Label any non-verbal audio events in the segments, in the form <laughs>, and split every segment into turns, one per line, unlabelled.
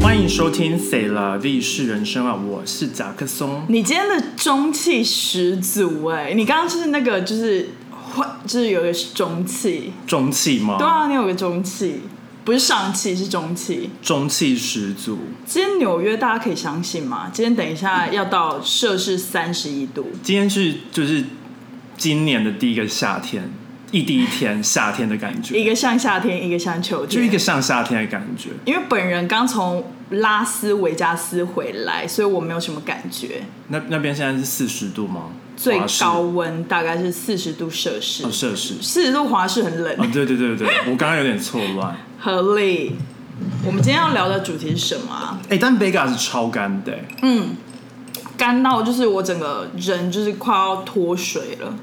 欢迎收听《谁了历史人生》啊，我是夹克松。
你今天的中气十足哎、你刚刚就是那个就是会就是有个中气，
中气吗？
对啊，你有个中气，不是上气是中气。
中气十足。
今天纽约大家可以相信吗？今天等一下要到摄氏三十一度，
今天是就是今年的第一个夏天，一第一天夏天的感
一
觉，
个像夏天，一个像秋
就一
天。
个像夏天的感觉。
因为本人刚从拉斯维加斯回来，所以我没有什么感觉。
那那边现在是四十度吗？
最
华氏
高温大概是四十度摄氏
哦，，摄氏。
四十度华氏很冷。
哦，对对对对，我刚刚有点错
<laughs>
乱。
合理。我们今天要聊的主题是什么啊？
哎、但 Vega 是超干的、欸
干到就是我整个人就是快要脱水了，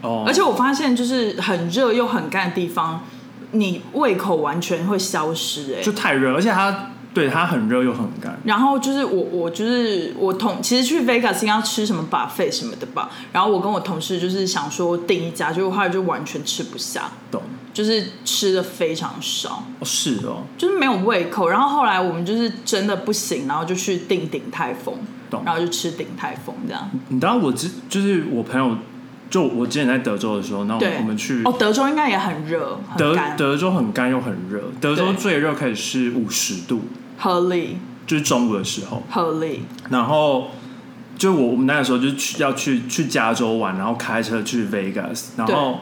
哦，
而且我发现就是很热又很干的地方，你胃口完全会消失哎、
就太热，而且它对它很热又很干。
然后就是我，我就是我同，其实去 Vegas 应该要吃什么 buffet 什么的吧。然后我跟我同事就是想说订一家，结果后来就完全吃不下，
懂
就是吃的非常少。
哦，是哦，
就是没有胃口。然后后来我们就是真的不行，然后就去订鼎泰丰
懂，
然后就吃鼎泰丰这样。
你知道我之就是我朋友，就我之前在德州的时候，那
对，
我们去
哦，德州应该也很热，很
德
干，
德州很干又很热，德州
对
最热可以是五十度，
合理
就是中午的时候。
合理，
然后就我我们那个时候就去要去去加州玩，然后开车去 Vegas，然后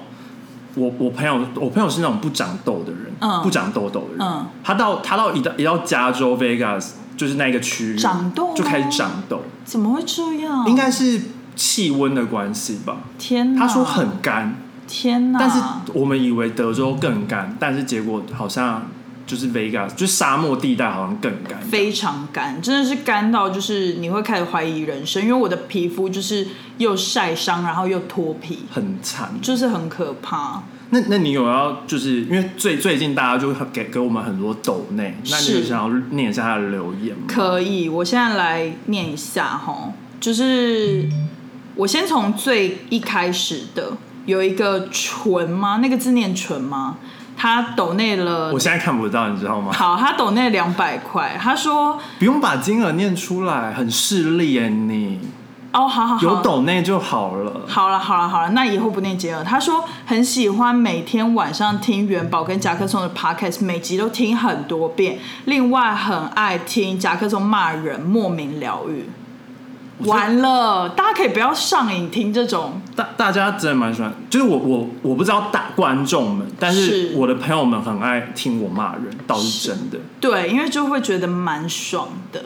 我我朋友我朋友是那种不长痘的人，
嗯
不长痘痘的人，
嗯
他到他到一到一到加州 Vegas 就是那个区域
长痘吗
就开始长痘，
怎么会这样？
应该是气温的关系吧。
天哪，
他说很干，
天哪，
但是我们以为德州更干，但是结果好像就是 Vegas，就是沙漠地带好像更干。
非常干，真的是干到就是你会开始怀疑人生，因为我的皮肤就是又晒伤，然后又脱皮，
很惨，
就是很可怕。
那那你有要就是因为最最近大家就很给给我们很多抖内，那你有
是
想要念一下他的留言吗？
可以，我现在来念一下哈，就是我先从最一开始的有一个纯吗？那个字念纯吗？他抖内了
我，现在看不到，你知道吗？
好，他抖内两百块，他说
不用把金额念出来，很势利耶你，
哦，好好好，
有抖内就好了。
好了好了好了，那以后不念杰尔。他说很喜欢每天晚上听元宝跟夹克松的 podcast，每集都听很多遍。另外很爱听夹克松骂人，莫名疗愈。
觉得
完了，大家可以不要上瘾听这种，
大大家真的蛮喜欢，就是我我我不知道大观众们，但是
是
我的朋友们很爱听我骂人，倒是真的，
对，因为就会觉得蛮爽的。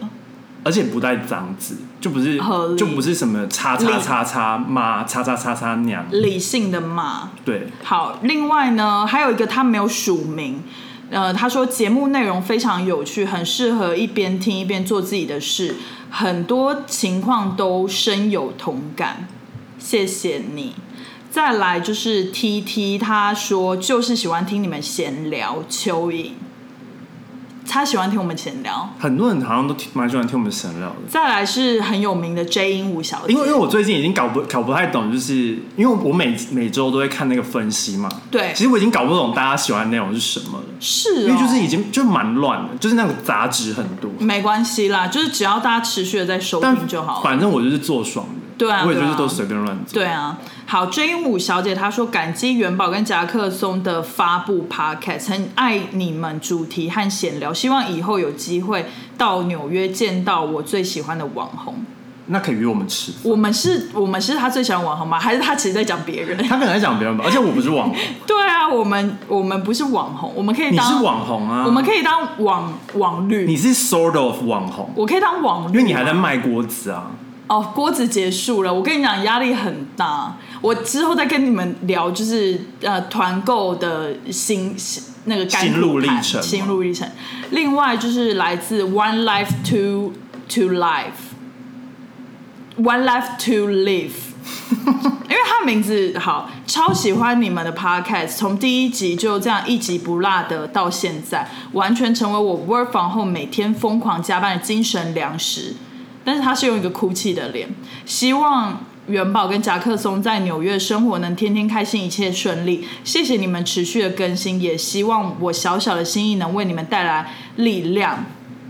而且不带脏字，就不是
合理
就不是什么叉叉叉叉妈叉叉叉叉娘，
理性的骂，
对，
好，另外呢，还有一个他没有署名。呃，他说节目内容非常有趣，很适合一边听一边做自己的事，很多情况都深有同感。谢谢你。再来就是 T T，他说就是喜欢听你们闲聊蚯蚓，他喜欢听我们闲聊。
很多人好像都挺蛮喜欢听我们闲聊的。
再来是很有名的 J 鹦鹉小姐，
因为因为我最近已经搞不搞不太懂，就是因为我每每周都会看那个分析嘛，
对
其实我已经搞不懂大家喜欢的内容是什么了，
是、哦，
因为就是已经就蛮乱的，就是那种杂质很多，
没关系啦，就是只要大家持续的在收
但
听就好了。
反正我就是做爽的，
对啊
我也就是
对啊
都随便乱做，
对啊，好，J 鹦鹉小姐她说感激元宝跟夹克松的发布 podcast，很爱你们主题和闲聊，希望以后有机会到纽约见到我最喜欢的网红。
那可以约我们吃。
我们是，我们是他最喜欢的网红吗？还是他其实在讲别人？ <laughs>
他可能在讲别人吧，而且我不是网红，
对啊，我们我们不是网红，我们可以
你
当，
是网红啊，
我们可以当网网
你
绿，
是 sort of 网红，
我可以当网
因
绿，
为你还在卖锅子啊，
哦，锅子结束了，我跟你讲压力很大，我之后再跟你们聊，就是呃团购的心心那个甘苦
心路历
谈
程吗
心路历程。另外就是来自 One Life to to Life，One Life to Live。因为他名字好，超喜欢你们的 podcast，从第一集就这样一集不落的到现在，完全成为我 work 房后每天疯狂加班的精神粮食。但是他是用一个哭泣的脸，希望元宝跟夹克松在纽约生活能天天开心，一切顺利。谢谢你们持续的更新，也希望我小小的心意能为你们带来力量。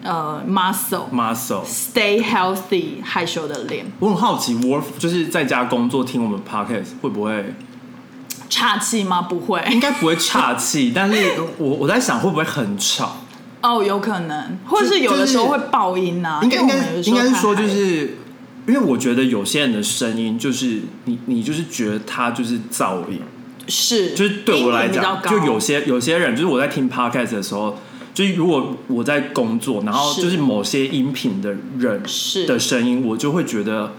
呃 muscle
muscle。
stay healthy 害羞的脸，
我很好奇 w o r f 就是在家工作听我们 podcast 会不会
岔气吗？不会
应该不会岔
<laughs>
气，但是我我在想会不会很吵？
哦，有可能，或者是有的时候会爆音啊，
应该应
因为我们
该
有的时
应
候
该是说
看
就
海
是。因为我觉得有些人的声音就是你，你就是觉得他就是噪音，
是，
就是对我来
音频比较
讲，
高
就有些有些人，就是我在听 podcast 的时候，就是如果我在工作，然后
是
就是某些音频的人
是
的声音，我就会觉得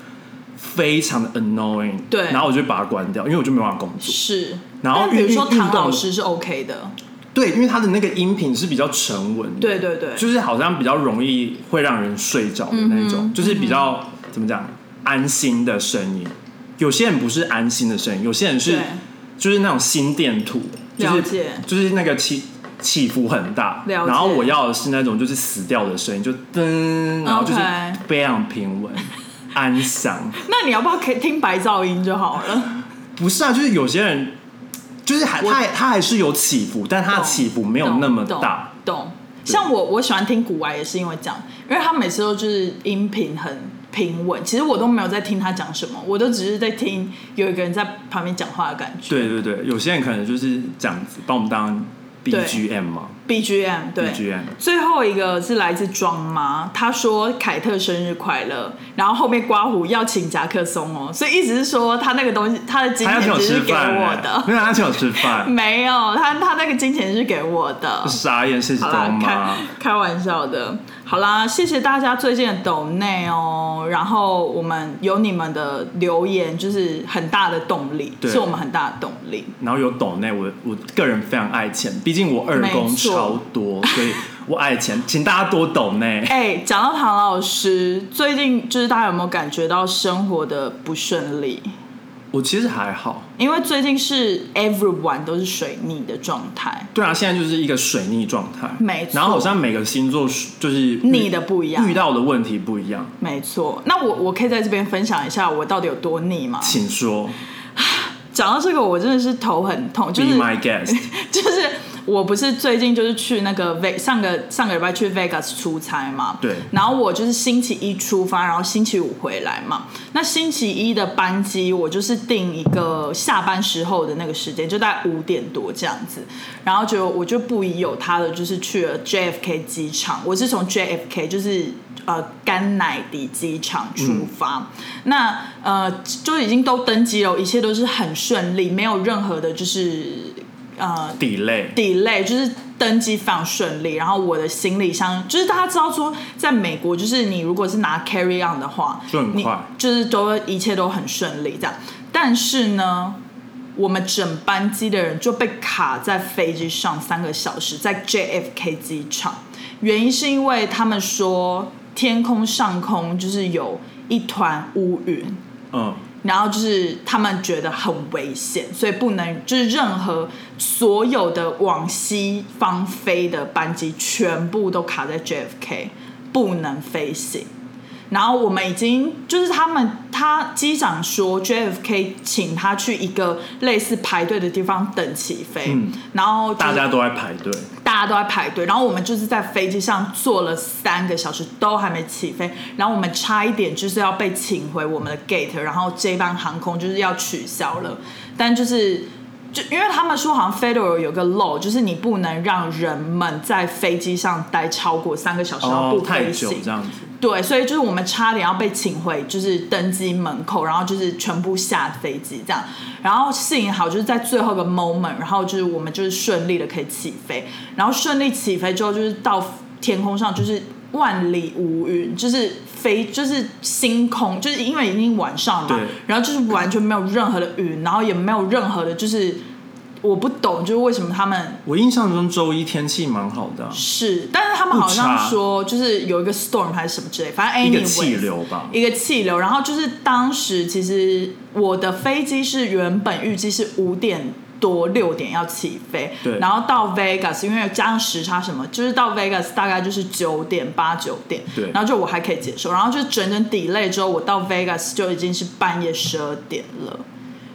非常的 annoying，
对
然后我就把它关掉，因为我就没办法工作。
是，
然后
但比如
运
说
运
唐老
动
师是 OK 的，
对，因为它的那个音频是比较沉稳的，
对对对，
就是好像比较容易会让人睡着
嗯
的那种，就是比较怎么讲安心的声音。有些人不是安心的声音，有些人是
对
就是那种心电图，就
了
是
解
就是那个起起伏很大。
了解
然后我要的是那种就是死掉的声音，就噔，然后就是
OK
非常平稳、安详。
那你要不要可以听白噪音就好了？
不是啊，就是有些人就是还
我
他他还是有起伏，但他的
懂
起伏 <laughs> 没有那么大。
懂。懂像我，我喜欢听古玩也是因为这样，因为他每次都就是音频很平稳，其实我都没有在听他讲什么，我都只是在听有一个人在旁边讲话的感觉。
对对对，有些人可能就是这样子，把我们当 BGM 嘛。
BGM 对
BGM
最后一个是来自庄妈，她说凯特生日快乐，然后后面刮胡要请夹克松哦，所以意思是说他那个东西，他的金
他要
钱
请我
只
吃
是给
饭欸、
我的，嗯
没有他请我吃饭，
没有他他那个金钱是给我的，
傻眼，谢谢
好啦
东，妈
开。开玩笑的。好啦，谢谢大家最近的抖内哦，然后我们有你们的留言，就是很大的动力，
对
是我们很大的动力。
然后有抖内，我我个人非常爱钱，毕竟我二
没
宫
错
超多，所以我爱钱，请大家多抖内。
哎，讲到唐老师，最近就是大家有没有感觉到生活的不顺利？
我其实还好，
因为最近是 everyone 都是水逆的状态，
对啊，现在就是一个水逆状态，
没错
然后好像每个星座就是遇
逆的不一样
遇到的问题不一样，
没错。那我我可以在这边分享一下我到底有多逆吗？
请说、
讲到这个，我真的是头很痛， <laughs> 就是
Be my guest。
就是我不是最近就是去那个 Ve 上个上个礼拜去 Vegas 出差嘛，
对
然后我就是星期一出发，然后星期五回来嘛。那星期一的班机我就是定一个下班时候的那个时间，就大概五点多这样子。然后就我就不疑有他的，就是去了 JFK 机场。我是从 JFK 就是呃甘乃迪机场出发。那呃就已经都登机了，一切都是很顺利，没有任何的就是。呃，
delay，
delay，就是登机非常顺利。然后我的行李箱，就是大家知道说，在美国，就是你如果是拿 carry on 的话，
就很
你
快
就是都一切都很顺利这样。但是呢，我们整班机的人就被卡在飞机上三个小时，在 JFK 机场。原因是因为他们说天空上空就是有一团乌云，
嗯，
然后就是他们觉得很危险，所以不能就是任何所有的往西方飞的班机全部都卡在 JFK，不能飞行。然后我们已经就是他们，他机长说 JFK 请他去一个类似排队的地方等起飞，
嗯
然后就是
大家都在排队，
大家都在排队，然后我们就是在飞机上坐了三个小时，都还没起飞，然后我们差一点就是要被请回我们的 gate，然后这班航空就是要取消了，但就是。就因为他们说好像 federal 有个 law，就是你不能让人们在飞机上待超过三个小时，然后
哦，
不
太
飞
久
行。
这样子，
对，所以就是我们差点要被请回，就是登机门口，然后就是全部下飞机这样。然后幸好就是在最后一个 moment，然后就是我们就是顺利的可以起飞，然后顺利起飞之后就是到天空上就是万里无云，就是飞就是星空，就是因为已经晚上了嘛
对，
然后就是完全没有任何的云，然后也没有任何的就是我不懂就是为什么他们
我印象中周一天气蛮好的啊、
是，但是他们好
误
像
差
说就是有一个 storm 还是什么之类，反正 anyway
一个气流吧，
一个气流，然后就是当时其实我的飞机是原本预计是五点多六点要起飞，
对
然后到 Vegas 因为加上时差什么，就是到 Vegas 大概就是九点八九点，
对
然后就我还可以接受，然后就整整 delay 之后，我到 Vegas 就已经是半夜十二点了。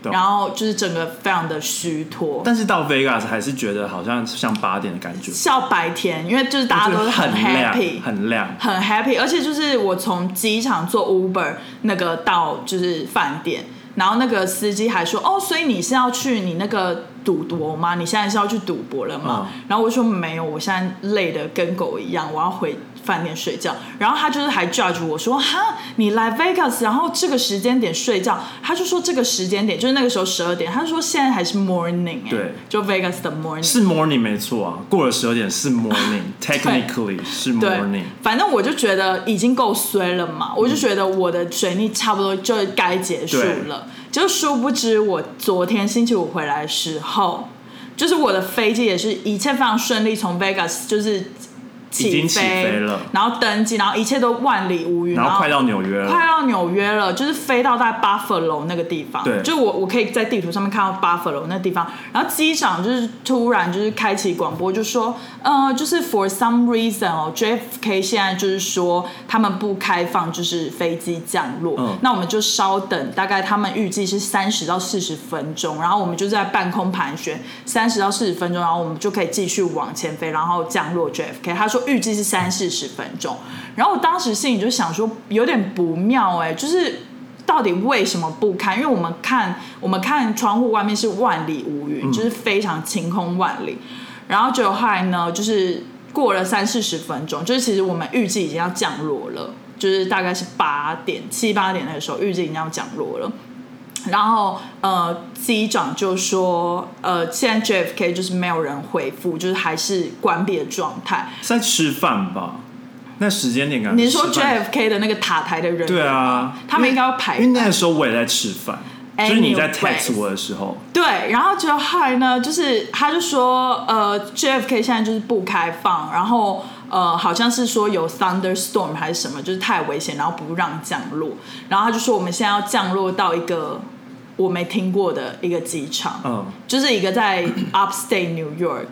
对
然后就是整个非常的虚脱。
但是到 Vegas 还是觉得好像像八点的感觉，
笑白天，因为就是大家都是
很亮
happy，，
很亮。
很 happy，而且就是我从机场坐 Uber 那个到就是饭店，然后那个司机还说：“哦，所以你是要去你那个赌博吗？你现在是要去赌博了吗？”
嗯
然后我说：“没有，我现在累得跟狗一样，我要回饭店睡觉。”然后他就是还 judge 我说：“哈，你来 Vegas，然后这个时间点睡觉？”他就说这个时间点就是那个时候十二点，他就说现在还是 morning，、欸、
对，
就 Vegas 的 morning
是 morning 没错啊，过了十二点是 morning，technically 是
对
morning，，嗯
反正我就觉得已经够衰了嘛，我就觉得我的水逆差不多就该结束了。就殊不知我昨天星期五回来的时候，就是我的飞机也是一切非常顺利，从 Vegas 就是
已
起
经起飞了
然后登机，然后一切都万里无云，
然后快到纽约
快
了，
到纽约了，就是飞到在 Buffalo 那个地方，
对
就是我我可以在地图上面看到 Buffalo 那地方，然后机长就是突然就是开启广播，就说，呃，就是 for some reason 哦，JFK 现在就是说他们不开放就是飞机降落，
嗯
那我们就稍等，大概他们预计是三十到四十分钟，然后我们就在半空盘旋三十到四十分钟，然后我们就可以继续往前飞，然后降落 JFK。他说预计是三四十分钟，然后我当时心里就想说有点不妙哎、就是。到底为什么不开？因为我们看我们看窗户外面是万里无
嗯
云，就是非常晴空万里。然后结果后来呢，就是过了三四十分钟，就是其实我们预计已经要降落了，就是大概是八点七八点那个时候预计已经要降落了。然后呃，机长就说，呃，现在 JFK 就是没有人回复，就是还是关闭的状态。
是在吃饭吧？那时间点感觉
你说
吃饭
JFK 的那个塔台的人，
对啊，
他们应该要排
因为因为那个时候我也在吃饭，就是你在
Anyways
text 我的时候，
对，然后结果后来呢，就是他就说，呃，JFK 现在就是不开放，然后呃，好像是说有 thunderstorm 还是什么，就是太危险，然后不让降落。然后他就说，我们现在要降落到一个我没听过的一个机场，
嗯
就是一个在 upstate New York，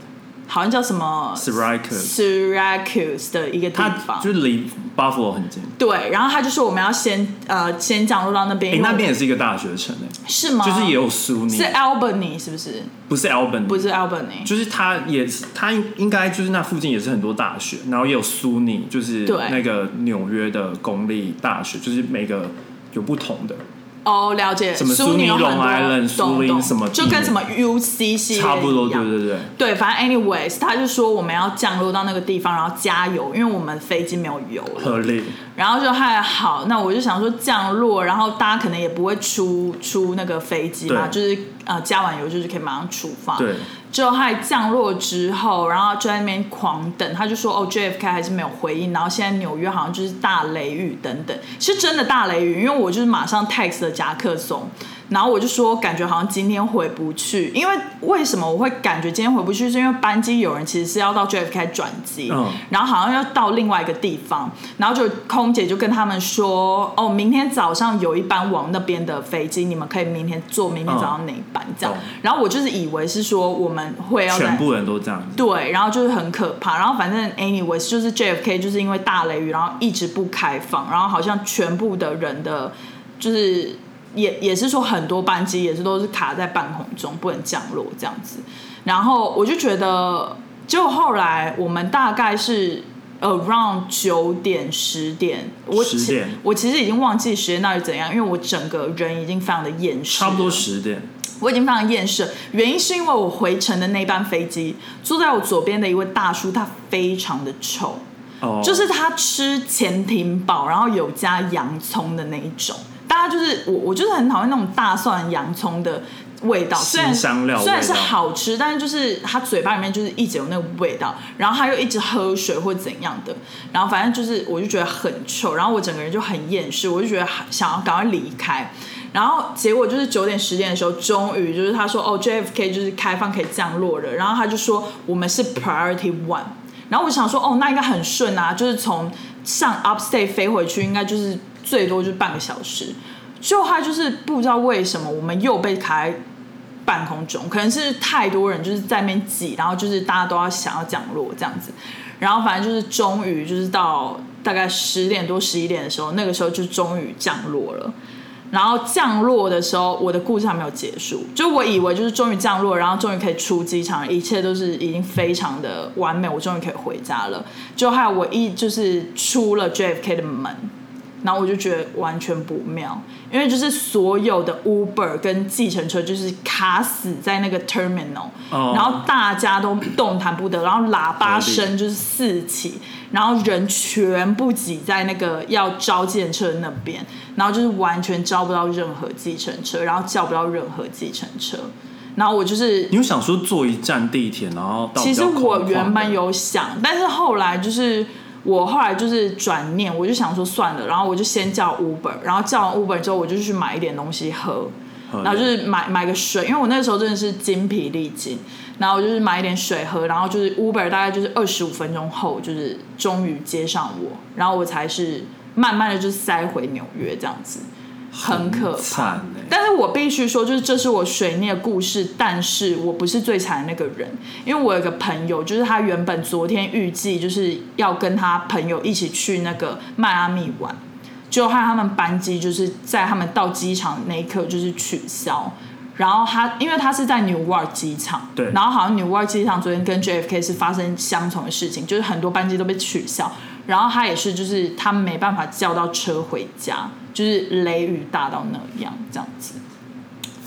好像叫什么
，Syracuse，
Syracuse 的一个地
它
方
就。离 Buffalo 很近，
对，然后他就说我们要先呃先降落到那边，
诶，
因为
那边也是一个大学城诶，
是吗？
就是也有苏尼
是，Albany 是不是？
不是 Albany，
不是 Albany，
就是它也是，它应应该就是那附近也是很多大学，然后也有苏尼，就是
对
那个纽约的公立大学，就是每个有不同的，
哦，了解，
什么
苏
苏尼
有很
龙
多
Island，苏
懂
林
懂
什么
就
地
跟
名
什么 UC 系列
差不多，
一样
对对对。
对，反正 anyways，他就说我们要降落到那个地方，然后加油，因为我们飞机没有油了。
合理，
然后就还好，那我就想说降落，然后大家可能也不会出出那个飞机嘛，
对
就是呃加完油就是可以马上出发。
对，
就还降落之后，然后就在那边狂等，他就说哦 JFK 还是没有回应，然后现在纽约好像就是大雷雨等等，是真的大雷雨，因为我就是马上 text 了夹克松。然后我就说，感觉好像今天回不去，因为为什么我会感觉今天回不去？是因为班机有人其实是要到 JFK 转机，
嗯
然后好像要到另外一个地方，然后就空姐就跟他们说，哦，明天早上有一班往那边的飞机，你们可以明天坐明天早上哪一班、这样
懂。
然后我就是以为是说我们会要在
全部人都这样子。
对，然后就是很可怕。然后反正 anyways 就是 JFK 就是因为大雷雨，然后一直不开放，然后好像全部的人的，就是也也是说很多班机也是都是卡在半空中不能降落这样子。然后我就觉得，就后来我们大概是 around 九点十点，我
10
其
点
我其实已经忘记时间到底怎样，因为我整个人已经非常的厌世
差
了，
不多十点，
我已经非常厌世了，原因是因为我回程的那班飞机，坐在我左边的一位大叔，他非常的丑，
哦，
就是他吃前庭堡，然后有加洋葱的那一种。大家就是我，我就是很讨厌那种大蒜洋葱的味道，虽然
新香料味道
虽然是好吃，但是就是他嘴巴里面就是一直有那个味道，然后他又一直喝水或怎样的，然后反正就是我就觉得很臭，然后我整个人就很厌世，我就觉得想要赶快离开。然后结果就是九点十点的时候，终于就是他说哦，JFK 就是开放可以降落了，然后他就说我们是 Priority One。然后我想说，哦，那应该很顺啊，就是从上 upstate 飞回去，应该就是最多就是半个小时。就他就是不知道为什么，我们又被卡在半空中，可能是太多人就是在那边挤，然后就是大家都要想要降落这样子。然后反正就是终于就是到大概十点多十一点的时候，那个时候就终于降落了。然后降落的时候，我的故事还没有结束，就我以为就是终于降落，然后终于可以出机场，一切都是已经非常的完美，我终于可以回家了。就害我一就是出了 JFK 的门，然后我就觉得完全不妙，因为就是所有的 Uber 跟计程车就是卡死在那个 terminal，、
哦
然后大家都动弹不得，然后喇叭声就是四起，然后人全部挤在那个要招计程车那边，然后就是完全招不到任何计程车，然后叫不到任何计程车，然后我就是
你有想说坐一站地铁，然后到
其实
比较空
我
旷
原本
的
有想，但是后来就是我后来就是转念，我就想说算了，然后我就先叫 Uber，然后叫完 Uber 之后，我就去买一点东西喝，
好
然后就是买买个水，因为我那时候真的是精疲力尽，然后我就是买一点水喝，然后就是 Uber 大概就是二十五分钟后，就是终于接上我，然后我才是慢慢的就是塞回纽约这样子，很可怕。
惨哎、
但是我必须说，就是这是我水逆的故事，但是我不是最惨的那个人，因为我有个朋友，就是他原本昨天预计就是要跟他朋友一起去那个迈阿密玩，就害他们班机就是在他们到机场那一刻就是取消。然后他，因为他是在 New York 机场，
对
然后好像 New York 机场昨天跟 JFK 是发生相同的事情，就是很多班机都被取消。然后他也是，就是他没办法叫到车回家，就是雷雨大到那样这样子。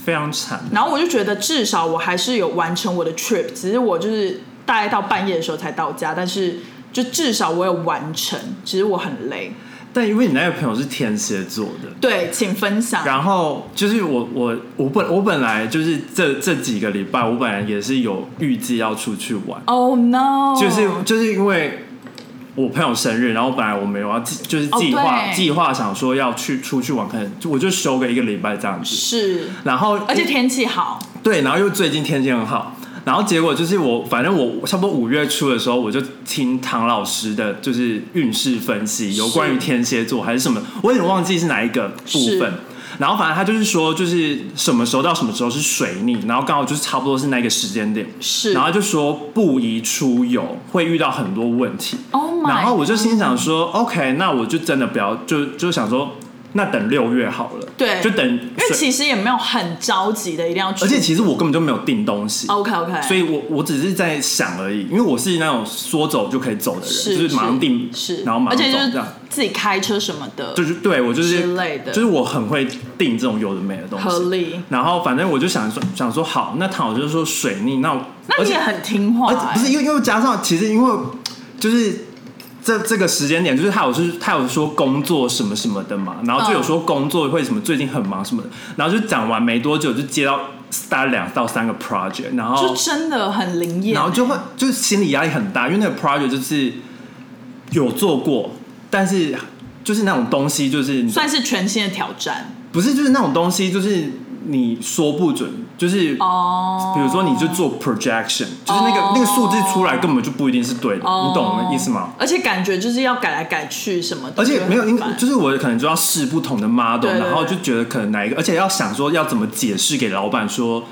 非常惨。
然后我就觉得至少我还是有完成我的 trip，只是我就是大概到半夜的时候才到家，但是就至少我有完成，只是我很累。
但因为你那个朋友是天蝎座的，
对，请分 <laughs> 享。
然后就是我我我本我本来就是这这几个礼拜，我本来也是有预计要出去玩，
Oh no！
就是就是因为我朋友生日，然后本来我没有要计就是
哦
计划、
对
计划想说要去出去玩，可能就我就休个一个礼拜这样子，
是，
然后
而且天气好，
对，然后又最近天气很好，然后结果就是我，反正我差不多五月初的时候，我就听唐老师的就是运势分析，有
是
关于天蝎座还是什么，我有点忘记是哪一个部分
是。
然后反正他就是说，就是什么时候到什么时候是水逆，然后刚好就是差不多是那个时间点，
是。
然后就说不宜出游，会遇到很多问题。
Oh my！
然后我就心想说，OK，那我就真的不要，就就想说，那等六月好了，
对
就等
因为
水。
其实也没有很着急的一定要去，
而且其实我根本就没有订东西
OK OK，
所以我我只是在想而已，因为我是那种说走就可以走的人，
是
就是马上定，
是，
然后马
而
上
且
走
就
这
是
样。
自己开车什么的，
就是对我就是
之类的
就是我很会定这种有的没的东
合
西。
理。
然后反正我就想说想说好，那唐老师就说水逆，那我
那
而
你也
且
很听话、
而
欸，
且不是因为又加上其实因为就是。这这个时间点，就是他有是他有说工作什么什么的嘛，然后就有说工作会什么最近很忙什么的，然后就讲完没多久就接到大概两到三个 project，然后
哎就真的很灵验欸、
哦然后就会就是心理压力很大，因为那个 project 就是有做过，但是就是那种东西，就是
算是全新的挑战
不是就是那种东西，就是你说不准，就是
哦。
比如说你就做 projection，就是那个、
哦
那个数字出来根本就不一定是对的，
哦
你懂我的意思吗？？
而且感觉就是要改来改去什么的，
而且没有，应
应
该就是我可能就要试不同的 model，
对对对
然后就觉得可能哪一个，而且要想说要怎么解释给老板说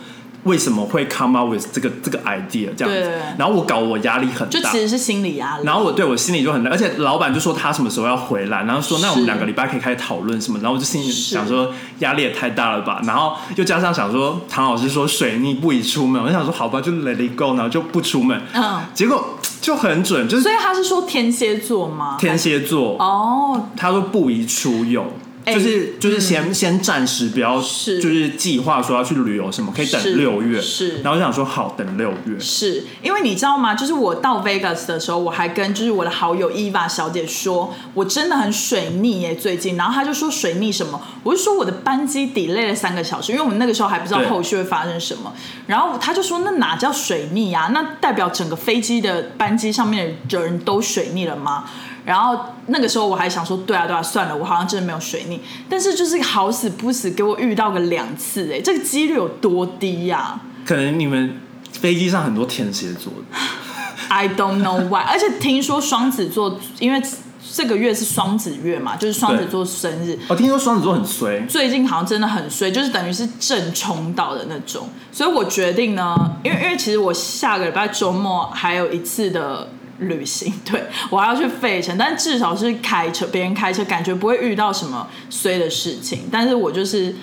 为什么会 come up with 这个这个 idea 这样
对
子
对对，
然后我搞我压力很
就
大，
其实是心理压力。
然后我对我心里就很大，而且老板就说他什么时候要回来，然后说
是
那我们两个礼拜可以开始讨论什么，然后我就心里
是
想说压力也太大了吧，然后又加上想说唐老师说水逆不宜出门，我就想说好吧，就 let it go，然后就不出门，
嗯，
结果就很准，就是
所以他是说天蝎座吗？
天蝎座，
哦，
他说不宜出游。
哎
就是就是先、先暂时不要，
是
就是计划说要去旅游什么，可以
是
等六月。
是
然后我想说好等六月，
是因为你知道吗？就是我到 Vegas 的时候，我还跟就是我的好友 Eva 小姐说，我真的很水逆耶最近。然后她就说水逆什么，我就说我的班机 delay 了三个小时，因为我们那个时候还不知道
对
后续会发生什么。然后她就说那哪叫水逆啊？那代表整个飞机的班机上面的人都水逆了吗？然后那个时候我还想说，对啊对啊，算了，我好像真的没有水逆，但是就是好死不死给我遇到个两次，哎，这个几率有多低呀、
可能你们飞机上很多天蝎座的，
I don't know why。而且听说双子座，因为这个月是双子月嘛，就是双子座生日，
我、哦听说双子座很衰，
最近好像真的很衰，就是等于是正冲到的那种。所以我决定呢，因为因为其实我下个礼拜周末还有一次的旅行， <laughs> 对我还要去费城，但至少是开车，别人开车感觉不会遇到什么衰的事情。但是我就是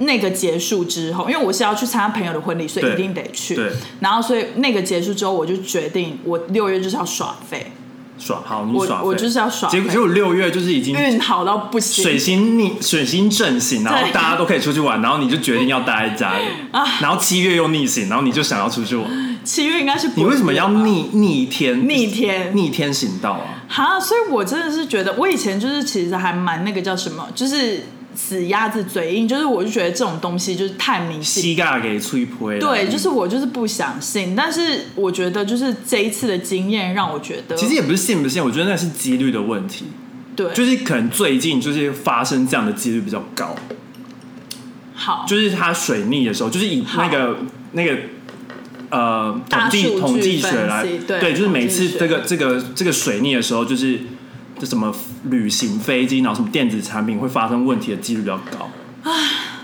那个结束之后，因为我是要去参加朋友的婚礼，所以
对
一定得去
对。
然后所以那个结束之后，我就决定我六月就是要耍废，
耍好，你
我
耍废
我就是要耍
结
废
果，结果六月就是已经
运好到不行，
水星逆水星正行，然后
对啊
大家都可以出去玩，然后你就决定要待在家里，然后七月又逆行，然后你就想要出去玩，
七月应该是不
你为什么要
会吧
逆逆天
逆天？
逆天行道啊？
哈，所以我真的是觉得，我以前就是其实还蛮那个叫什么，就是死鸭子嘴硬，就是我就觉得这种东西就是太迷信。
膝盖给吹破了，
对，就是我就是不相信，但是我觉得就是这一次的经验让我觉得，
其实也不是信不信，我觉得那是几率的问题，
对，
就是可能最近就是发生这样的几率比较高，
好，
就是它水逆的时候，就是以
好
那个那个呃
大
统
数
计
据
统计学
分
来
析，对
就是每
统
次
计学
这个这个这个水逆的时候，就是这什么旅行飞机，然后什么电子产品会发生问题的几率比较高，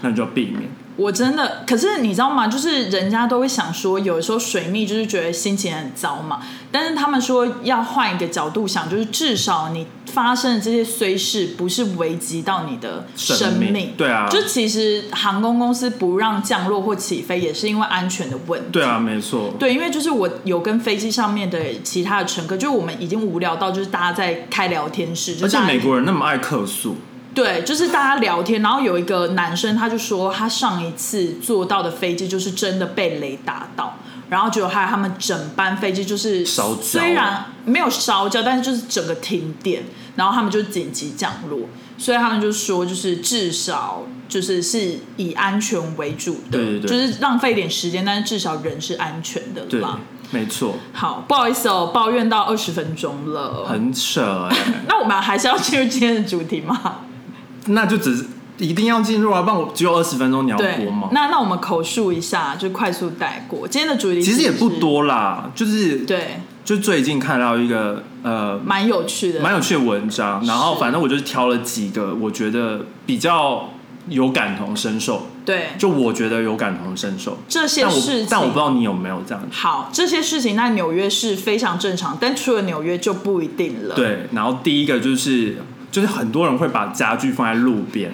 那你就要避免。
我真的，可是你知道吗？就是人家都会想说，有时候水逆就是觉得心情很糟嘛。但是他们说要换一个角度想，就是至少你发生的这些虽事不是危及到你的生
生命对啊
就其实航空公司不让降落或起飞，也是因为安全的问题。
对啊，没错，
对，因为就是我有跟飞机上面的其他的乘客，就是我们已经无聊到就是大家在开聊天室，就
而且
大家
美国人那么爱客诉，
对，就是大家聊天，然后有一个男生他就说，他上一次坐到的飞机就是真的被雷打到，然后结果害他们整班飞机就是
烧焦
虽然没有烧焦，但是就是整个停电，然后他们就紧急降落，所以他们就说，就是至少就是是以安全为主的，
对对对
就是浪费一点时间，但是至少人是安全的
对
吧。，
没错，
好，不好意思哦，抱怨到二十分钟了，
很扯哎、
那我们还是要进入今天的主题吗？
<laughs> 那就只是一定要进入啊，不然我只有二十分钟，你要
对
播吗，？
那那我们口述一下，就快速带过。今天的主题
其实也
是
不，多啦，就是
对，
就最近看到一个呃
蛮有趣的，
蛮有趣的文章，然后
是
反正我就是挑了几个我觉得比较有感同身受，
对
就我觉得有感同身受。
这些
但我
事情。
但我不知道你有没有这样。
好，这些事情在纽约是非常正常，但除了纽约就不一定了。，
对，然后第一个就是就是很多人会把家具放在路
<laughs>
边，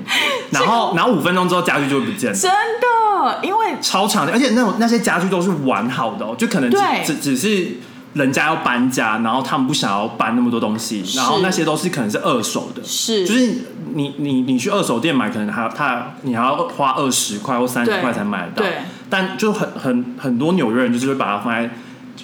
然后然后五分钟之后家具就会不见了。
真的，因为
超长的，而且那种那些家具都是完好的、哦，就可能只
对
只只是人家要搬家，然后他们不想要搬那么多东西，
是
然后那些都是可能是二手的，
是
就是你你你去二手店买，可能还要他你还要花二十块或三十
对
块才买得到，
对
但就很很很多纽约人就是会把它放在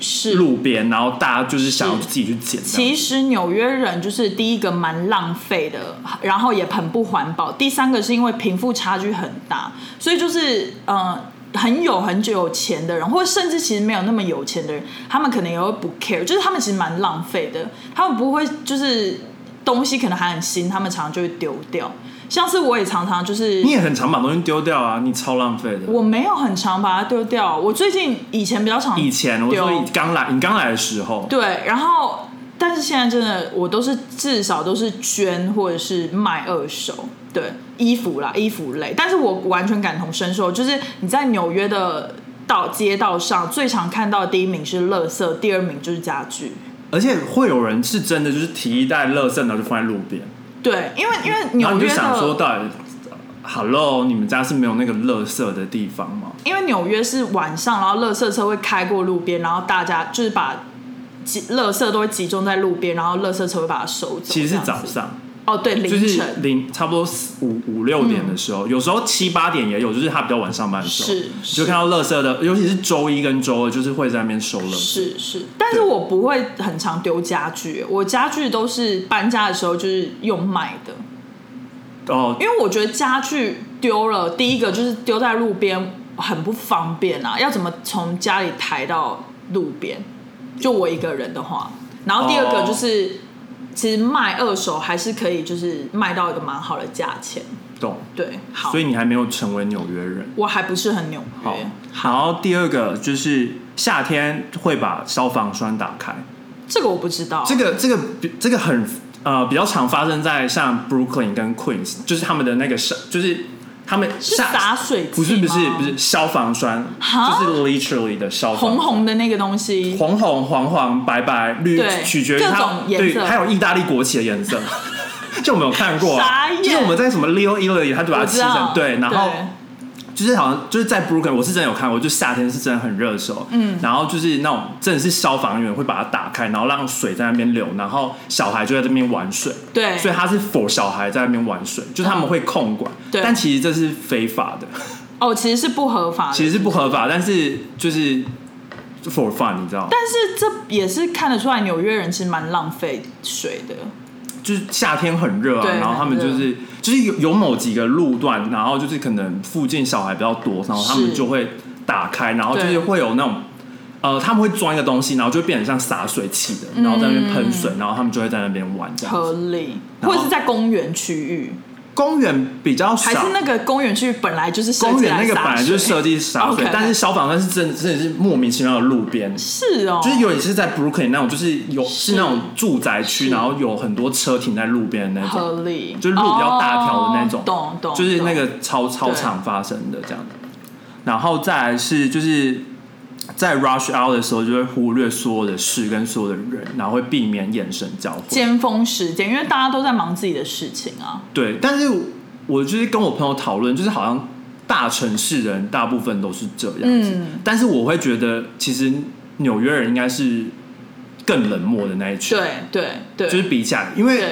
是
路边，然后大家就是想要
是
自己去捡这样，
其实纽约人就是第一个蛮浪费的，然后也很不环保。第三个是因为贫富差距很大，所以就是呃很有很久有钱的人，或者甚至其实没有那么有钱的人，他们可能也会不 care，就是他们其实蛮浪费的，他们不会就是东西可能还很新，他们常常就会丢掉。像是我也常常就是
你也很常把东西丢掉啊，你超浪费的。
我没有很常把它丢掉，我最近以前比较常
以前我说
丢
你刚来，你刚来的时候，
对，然后但是现在真的，我都是至少都是捐或者是卖二手，对衣服啦，衣服类。但是我完全感同身受，就是你在纽约的道街道上最常看到的第一名是垃圾，第二名就是家具。
而且会有人是真的就是提一袋垃圾，然后就放在路边。
对，因为因为
然后
纽
你
约
就想说，
的，
到底，Hello，你们呃家是没有那个垃圾的地方吗？
因为纽约是晚上，然后垃圾车会开过路边，然后大家就是把集垃圾都会集中在路边，然后垃圾车会把它收走。
其实是
这样
早
子
上，
哦，对，凌
就
晨、嗯
是零差不多四五五六点的时候，有时候七八点也有，就是他比较晚上班的时候，
是
你
是
就看到垃圾的，尤其是周一跟周二，就是会在那边收垃圾。
是是，但是我不会很常丢家具，我家具都是搬家的时候就是用买的，
哦，
因为我觉得家具丢了，第一个就是丢在路边很不方便啊，要怎么从家里抬到路边？就我一个人的话，然后第二个
哦
就是，其实卖二手还是可以，就是卖到一个蛮好的价钱。
懂。
对，好，
所以你还没有成为纽约人。
我还不是很纽
好
约，，
然后第二个就是夏天会把消防栓打开。
这个我不知道，
这个这个比这个很呃比较常发生在像 Brooklyn 跟 Queens，就是他们的那个是就是。他们
是
下
洒水剂
不是不是
吗
不是消防栓，
哈
就是 literally 的消防
红
栓
红的那个东西，
红红黄黄白白绿
对，
取决于
各
它
种颜色
对，还有意大利国旗的颜
<laughs>
色，就我们有看过啊
傻，眼
就是我们在什么 Leo e l y 他就把它
我
漆
知道
成，对，然后
对
就是好像就是在 Brooklyn，我是真的有看过，就夏天是真的很热的时候，嗯，然后就是那种真的是消防员会把它打开，然后让水在那边流，然后小孩就在这边玩水，
对
所以他是 for 小孩在那边玩水，就他们会控管，
对
但其实这是非法的，
哦，其实是不合法的，
其实是不合法，但是就是 for fun，你知道吗？
但是这也是看得出来，纽约人其实蛮浪费水的。
就是夏天很热啊，
对
然后他们
很
就
热
是就是有有某几个路段，然后就是可能附近小孩比较多，然后他们
是
就会打开，然后就
对
是会有那种。呃，他们会装一个东西，然后就会变成像洒水器
嗯
的，然后在那边喷水，然后他们就会在那边玩这样子。
合理，
然后
或者是在公园区域，
公园比较少，
还是那个公园区域本来就是设计
公园那个
来
本
洒
来就是设
水
计洒水
OK，
但是消防栓是真真的是莫名其妙的路边，
是哦，
就是有也是在 Brooklyn 那种，就是有是
是
那种住宅区，
是
然后有很多车停在路边的那种。
合理，
就是路比较大条的那种
哦懂懂，
就是那
懂
个操操场发生的这样。然后再来是就是在 rush hour 的时候，就会忽略所有的事跟所有的人，然后会避免眼神交汇。
尖峰时间，因为大家都在忙自己的事情啊，
对，但是我就是跟我朋友讨论，就是好像大城市人大部分都是这样子，
嗯
但是我会觉得其实纽约人应该是更冷漠的那一群，
对对对，
就是比起来，因为
对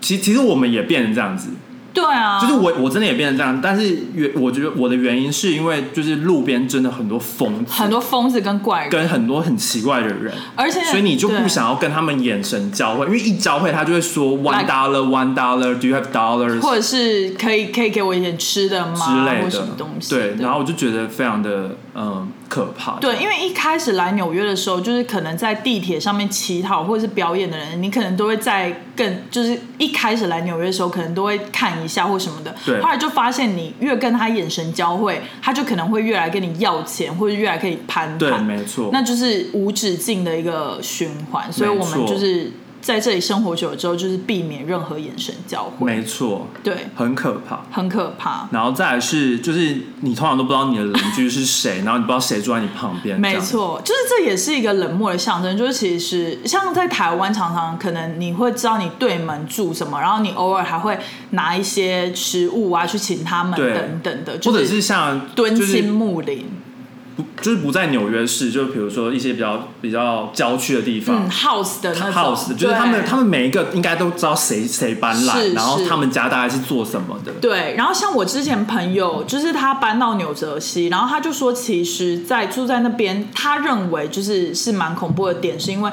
其其实我们也变成这样子，
对啊，
就是我我真的也变成这样，但是原我觉得我的原因是因为就是路边真的很多疯子，
很多疯子跟怪人，
跟很多很奇怪的人，
而且
所以你就不
对
想要跟他们眼神交汇，因为一交汇他就会说 one
Like-
dollar one dollar do you have dollars
或者是可以可以给我一点吃的吗？
之类
或
的
什么东，西
对，
的
然后我就觉得非常的嗯可怕，
对，因为一开始来纽约的时候，就是可能在地铁上面乞讨或者是表演的人，你可能都会在更就是一开始来纽约的时候，可能都会看一下或什么的。
对
后来就发现你越跟他眼神交汇，他就可能会越来跟你要钱，或者越来跟你攀
对，
谈，
没错，
那就是无止境的一个循环。所以
没
我
错
们就是在这里生活久了之后，就是避免任何眼神交汇，
没错，
对，
很可怕。
很可怕。
然后再来是，就是你通常都不知道你的邻居是谁，然后你不知道谁住在你旁边，这
没
样
错，就是这也是一个冷漠的象征。就是其实像在台湾，常常可能你会知道你对门住什么，然后你偶尔还会拿一些食物啊去请他们
对
等等的，
或
就
者是像
敦
就是
亲睦邻，
就是不在纽约市，就比如说一些比较比较郊区的地方。
嗯，house 的那种
house 就是他们，他
们。
们每一个应该都知道谁谁搬来，
是
然后
是
他们家大概是做什么的。
对，然后像我之前朋友，就是他搬到纽泽西，然后他就说，其实，在住在那边，他认为就是是蛮恐怖的点，是因为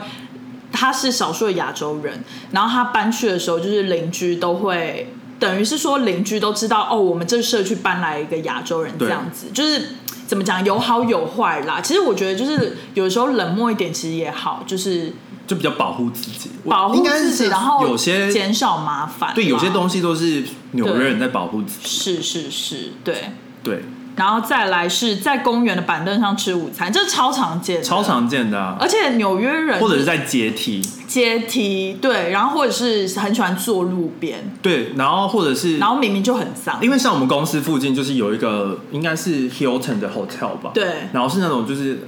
他是少数的亚洲人，然后他搬去的时候，就是邻居都会，等于是说邻居都知道哦，我们这社区搬来一个亚洲人
对
这样子，就是怎么讲有好有坏啦。其实我觉得就是有时候冷漠一点其实也好，就是
就比较保护自己，我
保护
应该
自己，
是
然后
有些
减少麻烦。
对有些
西
东西都是纽约人在保护自己。
是是是，对。
对，
然后再来是在公园的板凳上吃午餐，这是超常见的。
超，常见的啊，
而且纽约人
或者是在阶梯，
阶梯，对，然后或者是很喜欢坐路边，
对，然后或者是
然后明明就很脏，
因为像我们公司附近就是有一个应该是 Hilton 的 hotel 吧，
对
然后是那种就是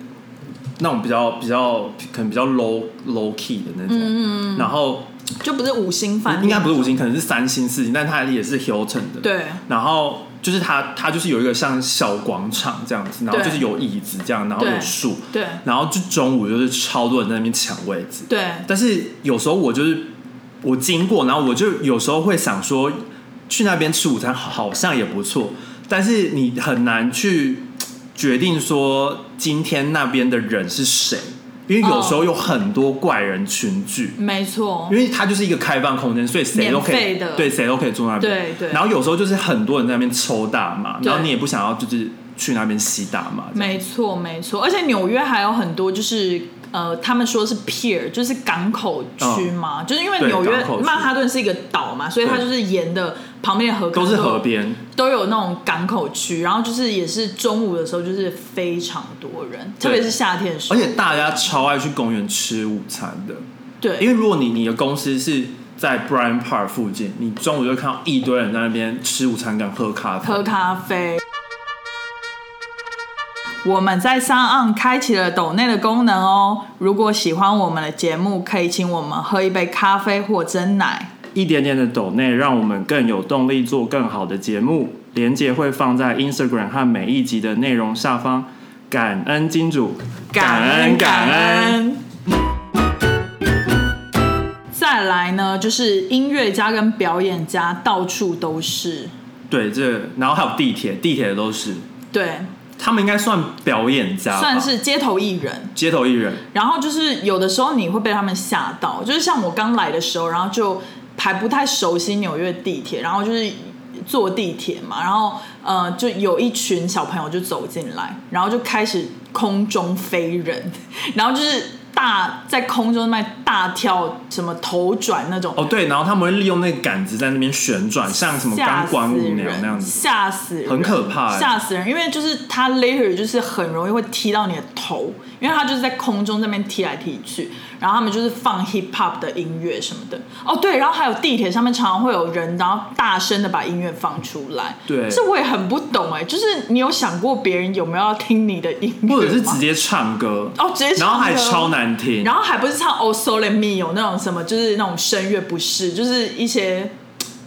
那种比较比较可能比较 low low key 的那种，嗯嗯然后
就不是五星饭店，
应该不是五星，可能是三星四星，但它也是 Hilton 的，，
对
然后就是它它就是有一个像小广场这样子，然后
对
就是有椅子这样，然后
对
有树，
对
然后就中午就是超多人在那边抢位置，
对，
但是有时候我就是我经过，然后我就有时候会想说，去那边吃午餐好像也不错，但是你很难去决定说今天那边的人是谁，因为有时候有很多怪人群聚。
没错
因，为它就是一个开放空间，所以谁都可
嗯免
以
费的
对谁都可以坐那边。
对对
然后有时候就是很多人在那边抽大麻，
对
然后你也不想要就是去那边吸大麻。
没错没错，而且纽约还有很多就是。呃，他们说是 pier，就是港口区嘛，就是因为
嗯对
纽约
港口区
曼哈顿是一个岛嘛，所以它
对
就是沿的旁边的河
都
港
是
都有
河边，
都有那种港口区，然后就是也是中午的时候，就是非常多人，特别是夏天的时
而
候，
且大家超爱去公园吃午餐的。
对，
因
为
为如果你你的公司是在 Brian Park 附近，你中午就看到一堆人在那边吃午餐跟喝咖啡。
喝咖啡。我们在上岸开启了抖内的功能哦。如果喜欢我们的节目，可以请我们喝一杯咖啡或蒸奶。
一点点的抖内，让我们更有动力做更好的节目。连接会放在 Instagram 和每一集的内容下方。感恩金主，感恩。。
再来呢，就是音乐家跟表演家到处都是。
对，这然后还有地铁，地铁的都是，
对，
他们应该算表演家吧，
算是街头艺人。
街头艺人。
然后就是有的时候你会被他们吓到，就是像我刚来的时候，然后就还不太熟悉纽约地铁，然后就是坐地铁嘛，然后呃就有一群小朋友就走进来，然后就开始空中飞人，然后就是大在空中那大跳什么头转那种，
哦，对，然后他们会利用那个杆子在那边旋转，像什么
吓
钢
死
管舞
人，
娘那样子。
吓死人，
很可怕欸
吓死人！因为就是它 later 就是很容易会踢到你的头，因为它就是在空中这边踢来踢去，然后他们就是放 hip hop 的音乐什么的。哦，对，然后还有地铁上面常常会有人，然后大声的把音乐放出来。
对
这我也很不懂哎、就是你有想过别人有没有要听你的音乐吗，
或者是直接唱歌，
哦直接 <laughs> 唱
然
歌
后还超难听，
然后还不是唱 Oh So Let Me 有那种什么，就是那种声乐不是，就是一些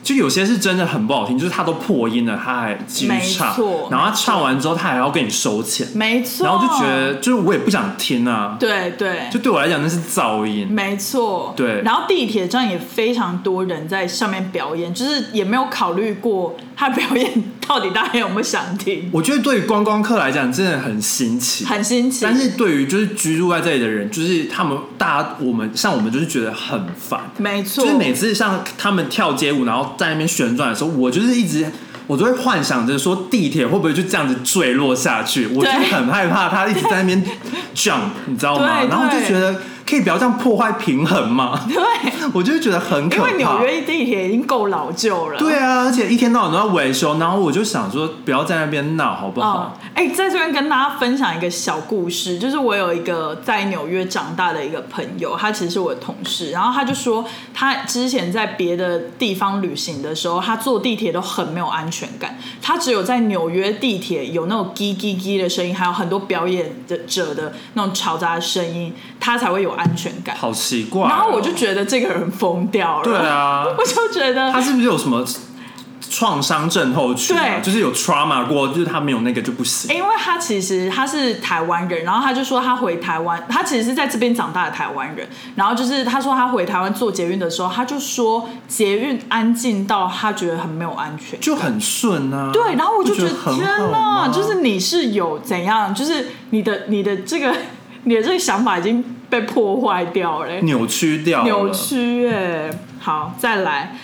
就有些是真的很不好听，就是他都破音了，他还继
没
续唱
错，
然后他唱完之后，他还要跟你收钱，
没错，
然后就觉得就是我也不想听啊，
对对，
就对我来讲那是噪音，
没错，
对
然后地铁站也非常多人在上面表演，就是也没有考虑过他表演到底大家有没有想听，
我觉得对于观光客来讲真的很新奇，
很新奇。
但是对于就是居住在这里的人，就是他们大家我们像我们就是觉得很烦，
没错，
就是每次像他们跳街舞，然后在那边旋转的时候，我就是一直。我都会幻想着说地铁会不会就这样子坠落下去，我就
对
很害怕它一直在那边 jump，你知道吗？
对
然后我就
对
觉得可以不要这样破坏平衡吗？ <laughs>
对，
我就会觉得很可
因
怕。
为纽约啊地铁已经够老旧了。
对啊，而且一天到晚都要维修，然后我就想说不要在那边闹，好不
嗯
好？，
哎、在这边跟大家分享一个小故事，就是我有一个在纽约长大的一个朋友，他其实是我的同事，然后他就说，他之前在别的地方旅行的时候，他坐地铁都很没有安全感，他只有在纽约地铁有那种叽叽叽的声音，还有很多表演的者的那种嘈杂的声音，他才会有安全感。
好奇怪哦、
然 <laughs> 后我就觉得这个人疯掉了，
对，
<laughs>
啊，
我就觉得
他是不是有什么创伤症候群、啊？
对
就是有 trauma 过，就是他没有那个就不行。
因为他其实他是台湾人，然后他就说他回台湾，他其实是在这边长大的台湾人。然后就是他说他回台湾坐捷运的时候，他就说捷运安静到他觉得很没有安全。
就很顺啊，
对，然后我就觉
觉
得
很
天
好
哪，
啊
就是你是有怎样，就是你的你的这个你的这个想法已经被破坏掉了、
扭曲掉了，
扭曲哎、好，再来，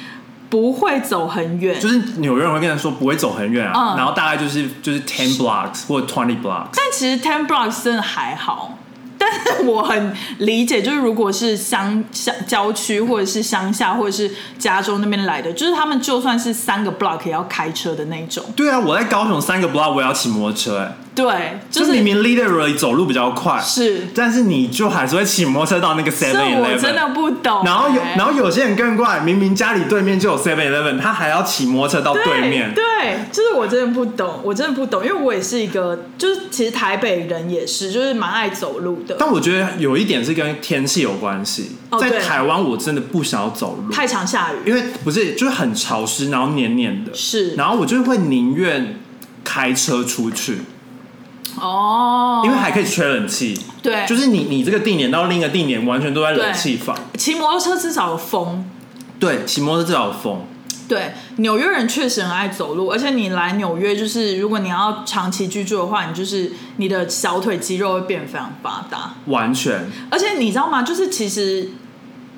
不会走很远，
就是纽约人会跟人说不会走很远啊，
嗯
然后大概就是就是 ten blocks 或 twenty blocks，
但其实 Ten Blocks 真的还好，但是我很理解，就是如果是乡乡郊区或者是乡下或者是加州那边来的，就是他们就算是三个 block 也要开车的那种。
对啊，我在高雄三个 block 我也要骑摩托车、哎，
对，就是
明明 literally 走路比较快，
是，
但是你就还是会骑摩托车到那个 seven
这
eleven，
我真的不懂、
然后有，
欸
然后有些人更怪，明明家里对面就有 Seven Eleven，他还要骑摩托车到对面。
对，就是我真的不懂，我真的不懂，因为我也是一个，就是其实台北人也是，就是蛮爱走路的，
但我觉得有一点是跟天气有关系，
哦对
在台湾我真的不想要走路，
太常下雨
因为不是就是很潮湿，然后黏黏的，
是
然后我就会宁愿开车出去，
哦，
因为还可以吹冷气。
对，
就是你你这个地点到另一个地点完全都在冷
对
气房，
骑摩托车至少有风，
对，骑摩托车至少有风，
对，纽约人确实很爱走路，而且你来纽约，就是如果你要长期居住的话，你就是你的小腿肌肉会变得非常发达。
完全
而且你知道吗？就是其实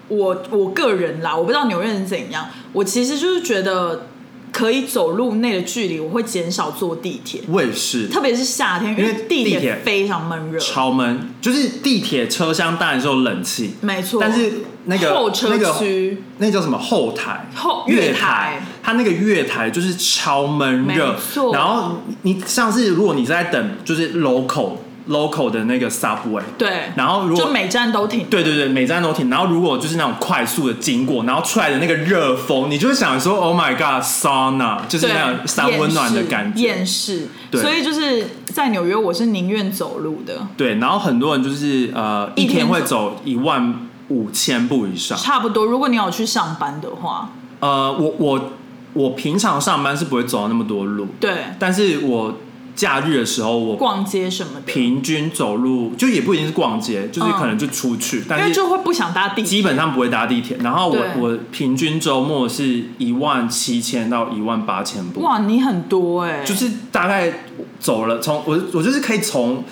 我我个人啦，我不知道纽约人怎样，我其实就是觉得可以走路内的距离，我会减少坐地铁，
我也是。
特别是夏天，因
因
为
为
地
地铁
铁非常闷热。
超闷，就是地铁车厢当然是有冷气，
没错，
但是那个
后车
那个
区
那叫什么后台
后
月
月台
它那个月台就是超闷热
没错，
然后你像是如果你在等就是 local local 的那个 subway，
对，
然后如
就
果
每站都停。
对对对，每站都停。然后如果就是那种快速的经过，然后出来的那个热风，你就会想说，Oh my God，sauna，就是
对，
那种三温暖的感觉。
厌世。
对
所以就是在纽约，我是宁愿走路的，
对，然后很多人就是呃，
一
一
天
天会
走
走一万五千步以上。
差不多。如果你有去上班的话，
呃，我我我平常上班是不会走到那么多路，
对，
但是我假日的时候，我
逛街什么的，
平均走路就也不一定是逛街，就是可能就出去，
嗯因为
但是
就会不想搭地铁。
基本上不会搭地铁。然后我
对
我平均周末是一万七千到一万八千步，
哇，你很多哎、
就是大概走了从我我就是可以从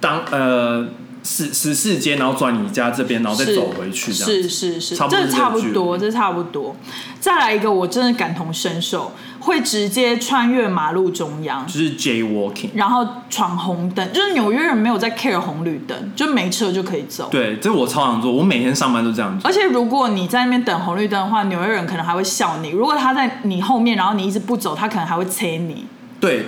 当呃十十四街，然后转你家这边，然后再
是
走回去这样。
是是是，
差不多
这
是这个
差不
距离
多，这差不多。再来一个，我真的感同身受，会直接穿越马路中央。
就是 J walking。
然后闯红灯，就是纽约人没有在 care 红绿灯，就没车就可以走。
对，这我超常做，我每天上班都这样做。
而且如果你在那边等红绿灯的话，纽约人可能还会笑你。如果他在你后面，然后你一直不走，他可能还会催你。
对，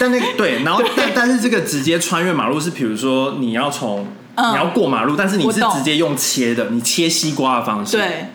但那个对，然后但但是这个直接穿越马路是，比如说你要从、
嗯
你要过马路，但是你
我
是
懂
直接用切的，你切西瓜的方式，，
对，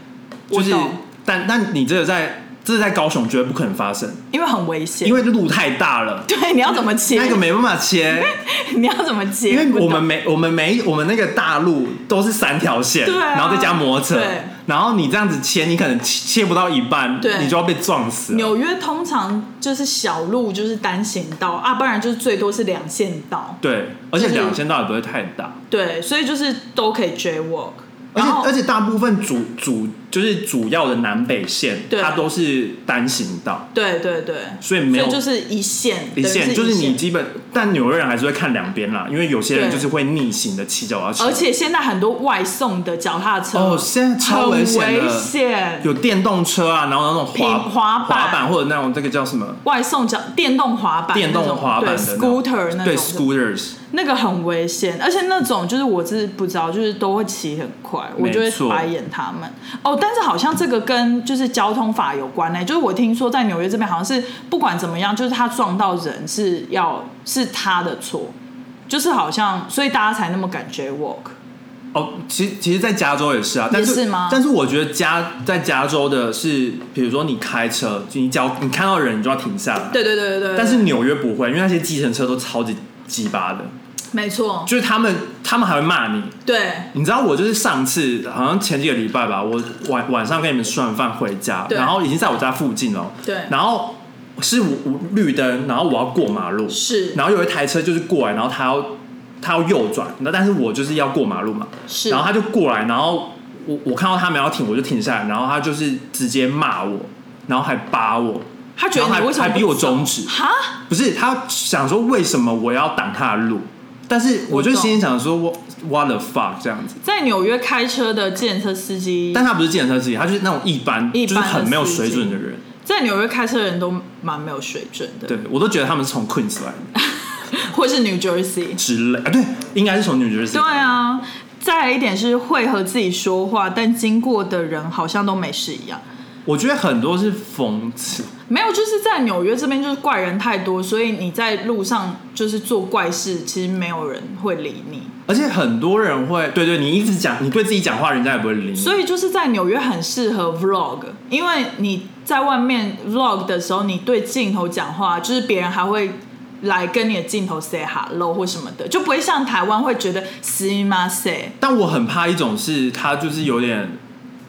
就
我
是
懂，
但但你这个在这个在高雄绝对不可能发生，
因为很危险。
因为路太大了，
对，你要怎么切？
那个没办法切，
<laughs> 你要怎么切？
因为
不
我
懂
们没我们没我们那个大路都是三条线，
对啊
然后再加摩托车
对，
然后你这样子切，你可能切切不到一半，
对
你就要被撞死了。
纽约通常就是小路就是单行道啊，不然就是最多是两线道。
对，而且
就是
两千道也不会太大。
对，所以就是都可以 jaywalk。
而
然
且
后
而且大部分主主就是主要的南北线，
对
它都是单行道，
对对对，
所以没有
所以就是一线
一线，就是你
你。
基本，但纽约人还是会看两边啦，因为有些人
对
就是会逆行的骑脚踏车，
而且现在很多外送的脚踏车
哦，现在超
很
危险的，
险
有电动车啊，然后那种滑
平滑板
滑板或者那种这个叫什么
外送脚电动滑板那
电
种，
动滑板
对
的那种
scooter 那种
对
的
scooters，
那个很危险，而且那种就是我自己不知道，就是都会骑很快，我
没
就会
错
白眼他们。哦，但是好像这个跟就是交通法有关呢、就是我听说在纽约这边好像是不管怎么样，就是他撞到人是要是他的错，就是好像所以大家才那么敢 jaywalk。
哦，其实其实，在加州也是啊，但是
也是吗
但是我觉得加在加州的是，比如说你开车，就你只要你看到人，你就要停下来。
对对对对对，
但是纽约不会，因为那些计程车都超级鸡巴的，
没错，
就是他们他们还会骂你。
对
你知道我就是上次好像前几个礼拜吧，我晚晚上跟你们吃完饭回家，
对
然后已经在我家附近了，
对
然后是我我绿灯，然后我要过马路，
是
然后有一台车就是过来，然后他要他要右转，那但是我就是要过马路嘛，
是，
然后他就过来，然后我我看到他们要停，我就停下来，然后他就是直接骂我，然后还扒我，
他觉
然后
得
还
你为什么
还
不
逼我
走
中
<laughs>
指？
哈？
不是他想说为什么我要挡他的路，但是我就心里想说我 what the fuck 这样子，
在纽约开车的计程车司机，
但他不是计程车司机，他就是那种一般
一
就
般的
是很没有水准的人，
在纽约开车的人都蛮没有水准的，
对我都觉得他们是从 Queens 来的
或是 New Jersey。
之类啊，对，应该是从 New Jersey，
对啊，再来一点是会和自己说话，但经过的人好像都没事一样。
我觉得很多是疯子，
没有，就是在纽约这边就是怪人太多，所以你在路上就是做怪事，其实没有人会理你。
而且很多人会，对对，你一直讲，你对自己讲话，人家也不会理你，
所以就是在纽约很适合 vlog，因为你在外面 vlog 的时候，你对镜头讲话，就是别人还会来跟你的镜头 say hello 或什么的，就不会像台湾会觉得 see m a say。
但我很怕一种是他就是有点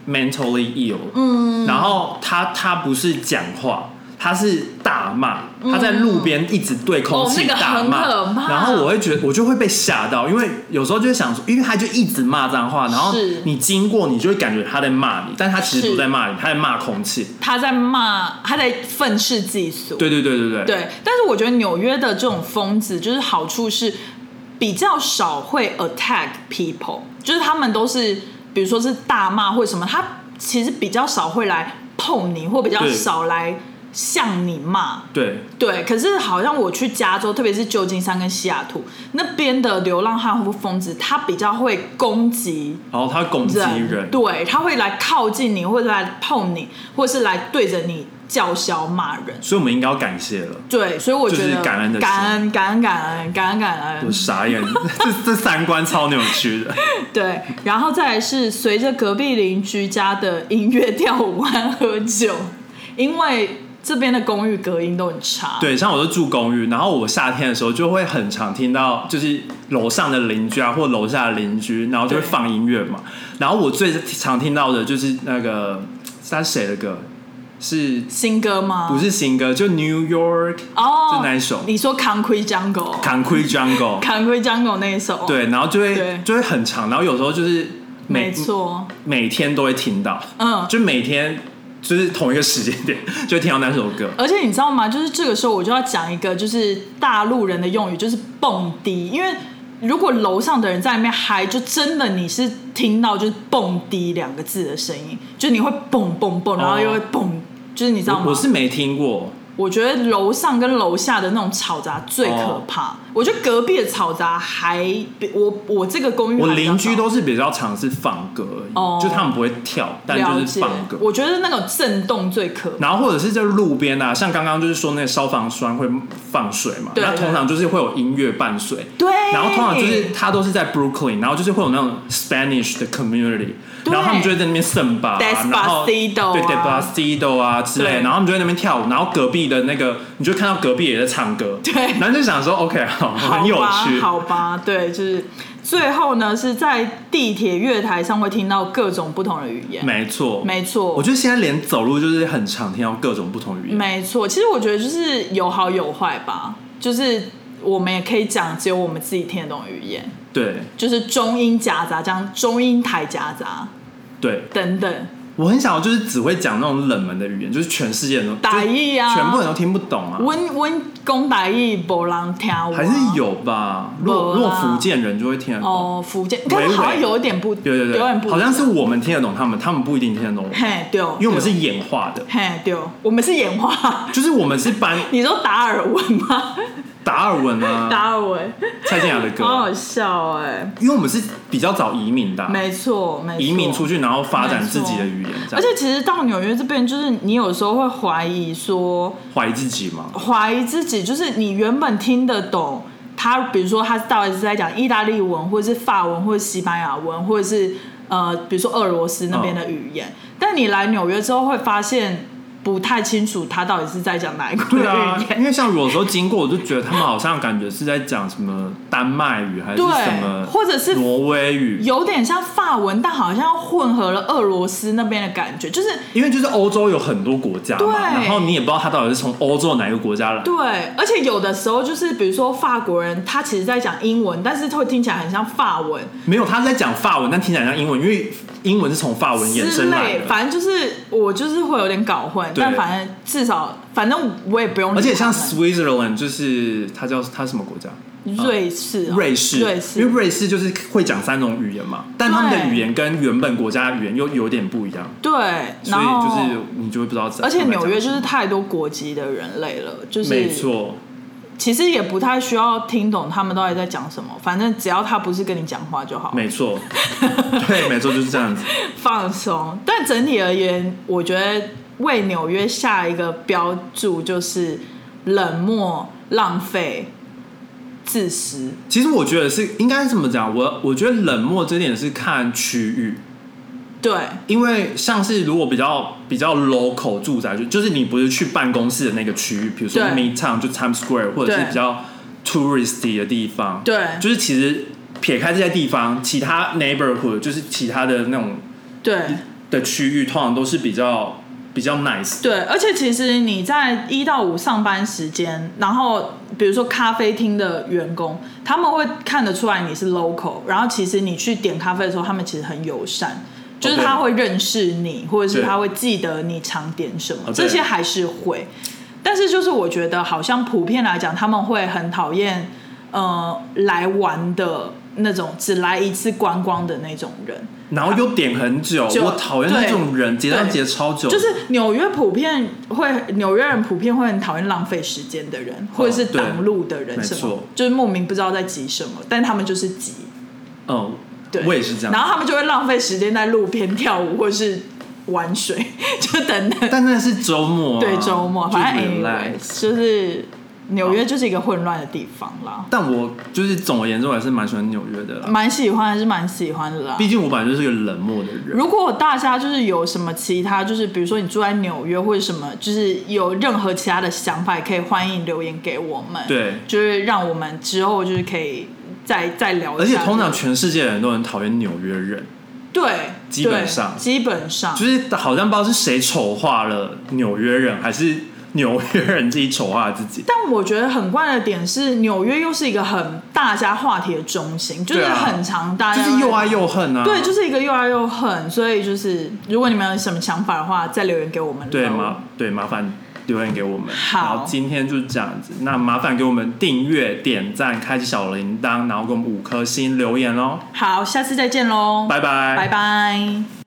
mentally ill，嗯，然后他他不是讲话，他是大骂，他在路边一直对空
嗯哦
气
那个
大骂，
很可怕
然后我会觉得我就会被吓到，因为有时候就会想说，因为他就一直骂脏话，然后
是
你经过你就会感觉他在骂你，但他其实
是
不在骂你，他在骂空气。
他在骂，他在愤世嫉俗。
对对对对对，
对，但是我觉得纽约的这种疯子，就是好处是比较少会 attack people，就是他们都是比如说是大骂或什么，他其实比较少会来碰你，或比较
对
少来向你骂。
对，
对，可是好像我去加州，特别是旧金山跟西雅图那边的流浪汉或疯子，他比较会攻击
然后他攻击
人，
人，
对，他会来靠近你，或者来碰你，或是来对着你叫嚣骂人。
所以我们应该要感谢了。
对，所以我觉
就是
得
感恩的心
感恩，感恩，感恩，感恩，感恩
我。傻
<laughs>
眼，这这三观超扭曲的。
对，然后再来是随着隔壁邻居家的音乐跳舞和喝酒，因为这边的公寓隔音都很差。，
对，像我都住公寓，然后我夏天的时候就会很常听到，就是楼上的邻居啊，或楼下的邻居，然后就会
对
放音乐嘛。然后我最常听到的就是那个，他谁的歌？是
新歌吗？
不是新歌？就 New York
哦，
就那一首
你说 Concrete Jungle。
Concrete Jungle，
Concrete Jungle 那一首，，
对，然后就会
对
就会很长，然后有时候就是每
没错，
每天都会听到，
嗯。
就每天就是同一个时间点就会听到那首歌。
而且你知道吗？就是这个时候我就要讲一个就是大陆人的用语，就是蹦迪。因为如果楼上的人在里面嗨，就真的你是听到就是蹦迪两个字的声音，就你会蹦蹦蹦，然后又会蹦，就是你知道吗？
哦我我是没听过，
我觉得楼上跟楼下的那种吵杂最可怕。我觉得隔壁的吵杂还比我我这个公寓还
我
比较
邻居
少
都是比较常是放歌而已，
哦
就他们不会跳，但
了
就
解
是放歌。
我觉得那种震动最可怕。
然后或者是在路边啊，像刚刚就是说那个消防栓会放水嘛，
对
那通常就是会有音乐伴随。
对，
然后通常就是它都是在 Brooklyn，然后就是会有那种 Spanish 的 community，
对
然后他们就会在那边圣吧、然后
Despacito 啊
对 Despacito 啊之类，
对
然后他们就在那边跳舞，然后隔壁的那个你就看到隔壁也在唱歌，
对
然后就想说 OK 好，
好吧
很有趣，
好吧，对，就是最后呢是在地铁月台上会听到各种不同的语言，
没错，
没错，
我觉得现在连走路就是很常听到各种不同语言，
没错，其实我觉得就是有好有坏吧，就是我们也可以讲只有我们自己听得懂的语言，
对
就是中英夹杂，这样中英台夹杂
对，
等等，
我很想要就是只会讲那种冷门的语言，就是全世界人都
打意啊
就是全部人都听不懂啊，
温温公打义波浪听有啊，
还是有吧？如果
没啦
如果福建人就会听得懂。
哦，福建，可
微
是
微
好像有一点不，
对对
有点
对，
不一样，
好像是我们听得懂他们，他们不一定听得懂我们，
<laughs> 嘿对，
因为我们是
对
演化的，
嘿对，我们是演化。 <laughs>
就是我们是搬
你说达尔文吗？
达尔文
<laughs>
啊、
达尔文，
蔡健雅的
欸好好
歌，
笑哎、
因为我们是比较早移民的啊、
哦没错，没错。
移民出去然后发展自己的语言，这
而
样
且其实到纽约这边，就是你有时候会怀疑说，
怀疑自己嘛，
怀疑自己，就是你原本听得懂他，比如说他到底是在讲意大利文，或者是法文，或者是西班牙文，或者是呃，比如说俄罗斯那边的语言，
嗯
但你来纽约之后会发现不太清楚他到底是在讲哪一国的
对啊
语，言。
因为像有时候经过，我就觉得他们好像感觉是在讲什么丹麦语还是什
对，
么
或者是
挪威语，
有点像法文，但好像混合了俄罗斯那边的感觉，就是
因为就是欧洲有很多国家
对
嘛，然后你也不知道他到底是从欧洲哪一个国家来，
对，而且有的时候就是比如说法国人，他其实在讲英文，但是会听起来很像法文
没有他是在讲法文，但听起来像英文，因为英文是从法文衍
之
生来
类，
的。
反正就是我就是会有点搞混，
对
但反正至少反正我也不用理
而
他们，
且像 Switzerland 就是它叫它什么国家？
瑞士嗯哦、
呃瑞士，
瑞
因为
士，
瑞士就是会讲三种语言嘛，但他们的
对
语言跟原本国家的语言又有点不一样，
对，
所
然
以
后
就是你就会不知道在。
而且纽约
在
就
讲
是
什么
太多国籍的人类了，就是
没错，
其实也不太需要听懂他们到底在讲什么，反正只要他不是跟你讲话就好，
没
<laughs>
错，对，没错，就是这样子。
放松。但整体而言，我觉得为纽约下一个标注就是冷漠、浪费、自私。
其实我觉得是应该怎么讲，我我觉得冷漠这点是看区域，
对
因为像是如果比较比较 local 住宅，就就是你不是去办公室的那个区域，比如说
对
Midtown 就 Times Square 或者是
对
比较 touristy 的地方，
对
就是其实撇开这些地方，其他 neighborhood 就是其他的那种
对
的区域，通常都是比较比较 nice。
对，而且其实你在一到五上班时间，然后比如说咖啡厅的员工，他们会看得出来你是 local，然后其实你去点咖啡的时候，他们其实很友善。就是
哦对
他会认识你，或者是
对
他会记得你常点什么
哦，对
这些还是会。但是就是我觉得，好像普遍来讲，他们会很讨厌，呃，来玩的那种只来一次观光的那种人。
然后又点很久，
久
我讨厌那种人结账结超久，
就是纽约普遍会，纽约人普遍会很讨厌浪费时间的人，或者是挡路的人
哦对
什
没
么
错，
就是莫名不知道在急什么，但他们就是急。
嗯，
对，
我也是这样
然后他们就会浪费时间在路边跳舞或是玩水， <laughs> 就等等。
但那是周末、啊，
对，周末
就
反正哎
relax
anyway 就是纽约就是一个混乱的地方啦，
但我就是总而言之，我还是蛮喜欢纽约的啦。
蛮喜欢还是蛮喜欢的啦。
毕竟我本来就是个冷漠的人，
如果大家就是有什么其他，就是比如说你住在纽约或者什么，就是有任何其他的想法，也可以欢迎留言给我们。，
对。
就是让我们之后就是可以再再聊一
而
下。
且通常全世界的人都很讨厌纽约人，
对，
基本
对
上
基本上
就是好像不知道是谁丑化了纽约人，还是纽约人自己丑化自己。
但我觉得很怪的点是，纽约又是一个很大家话题的中心，就是
对啊
很常大
就
家
是又爱又恨啊，
对，就是一个又爱又恨，所以就是如果你们有什么想法的话，再留言给我们。
对麻？对，麻烦留言给我们。
好
然后今天就是这样子，那麻烦给我们订阅、点赞、开启小铃铛，然后给我们五颗星留言哦，
好，下次再见喽，
拜拜，
拜拜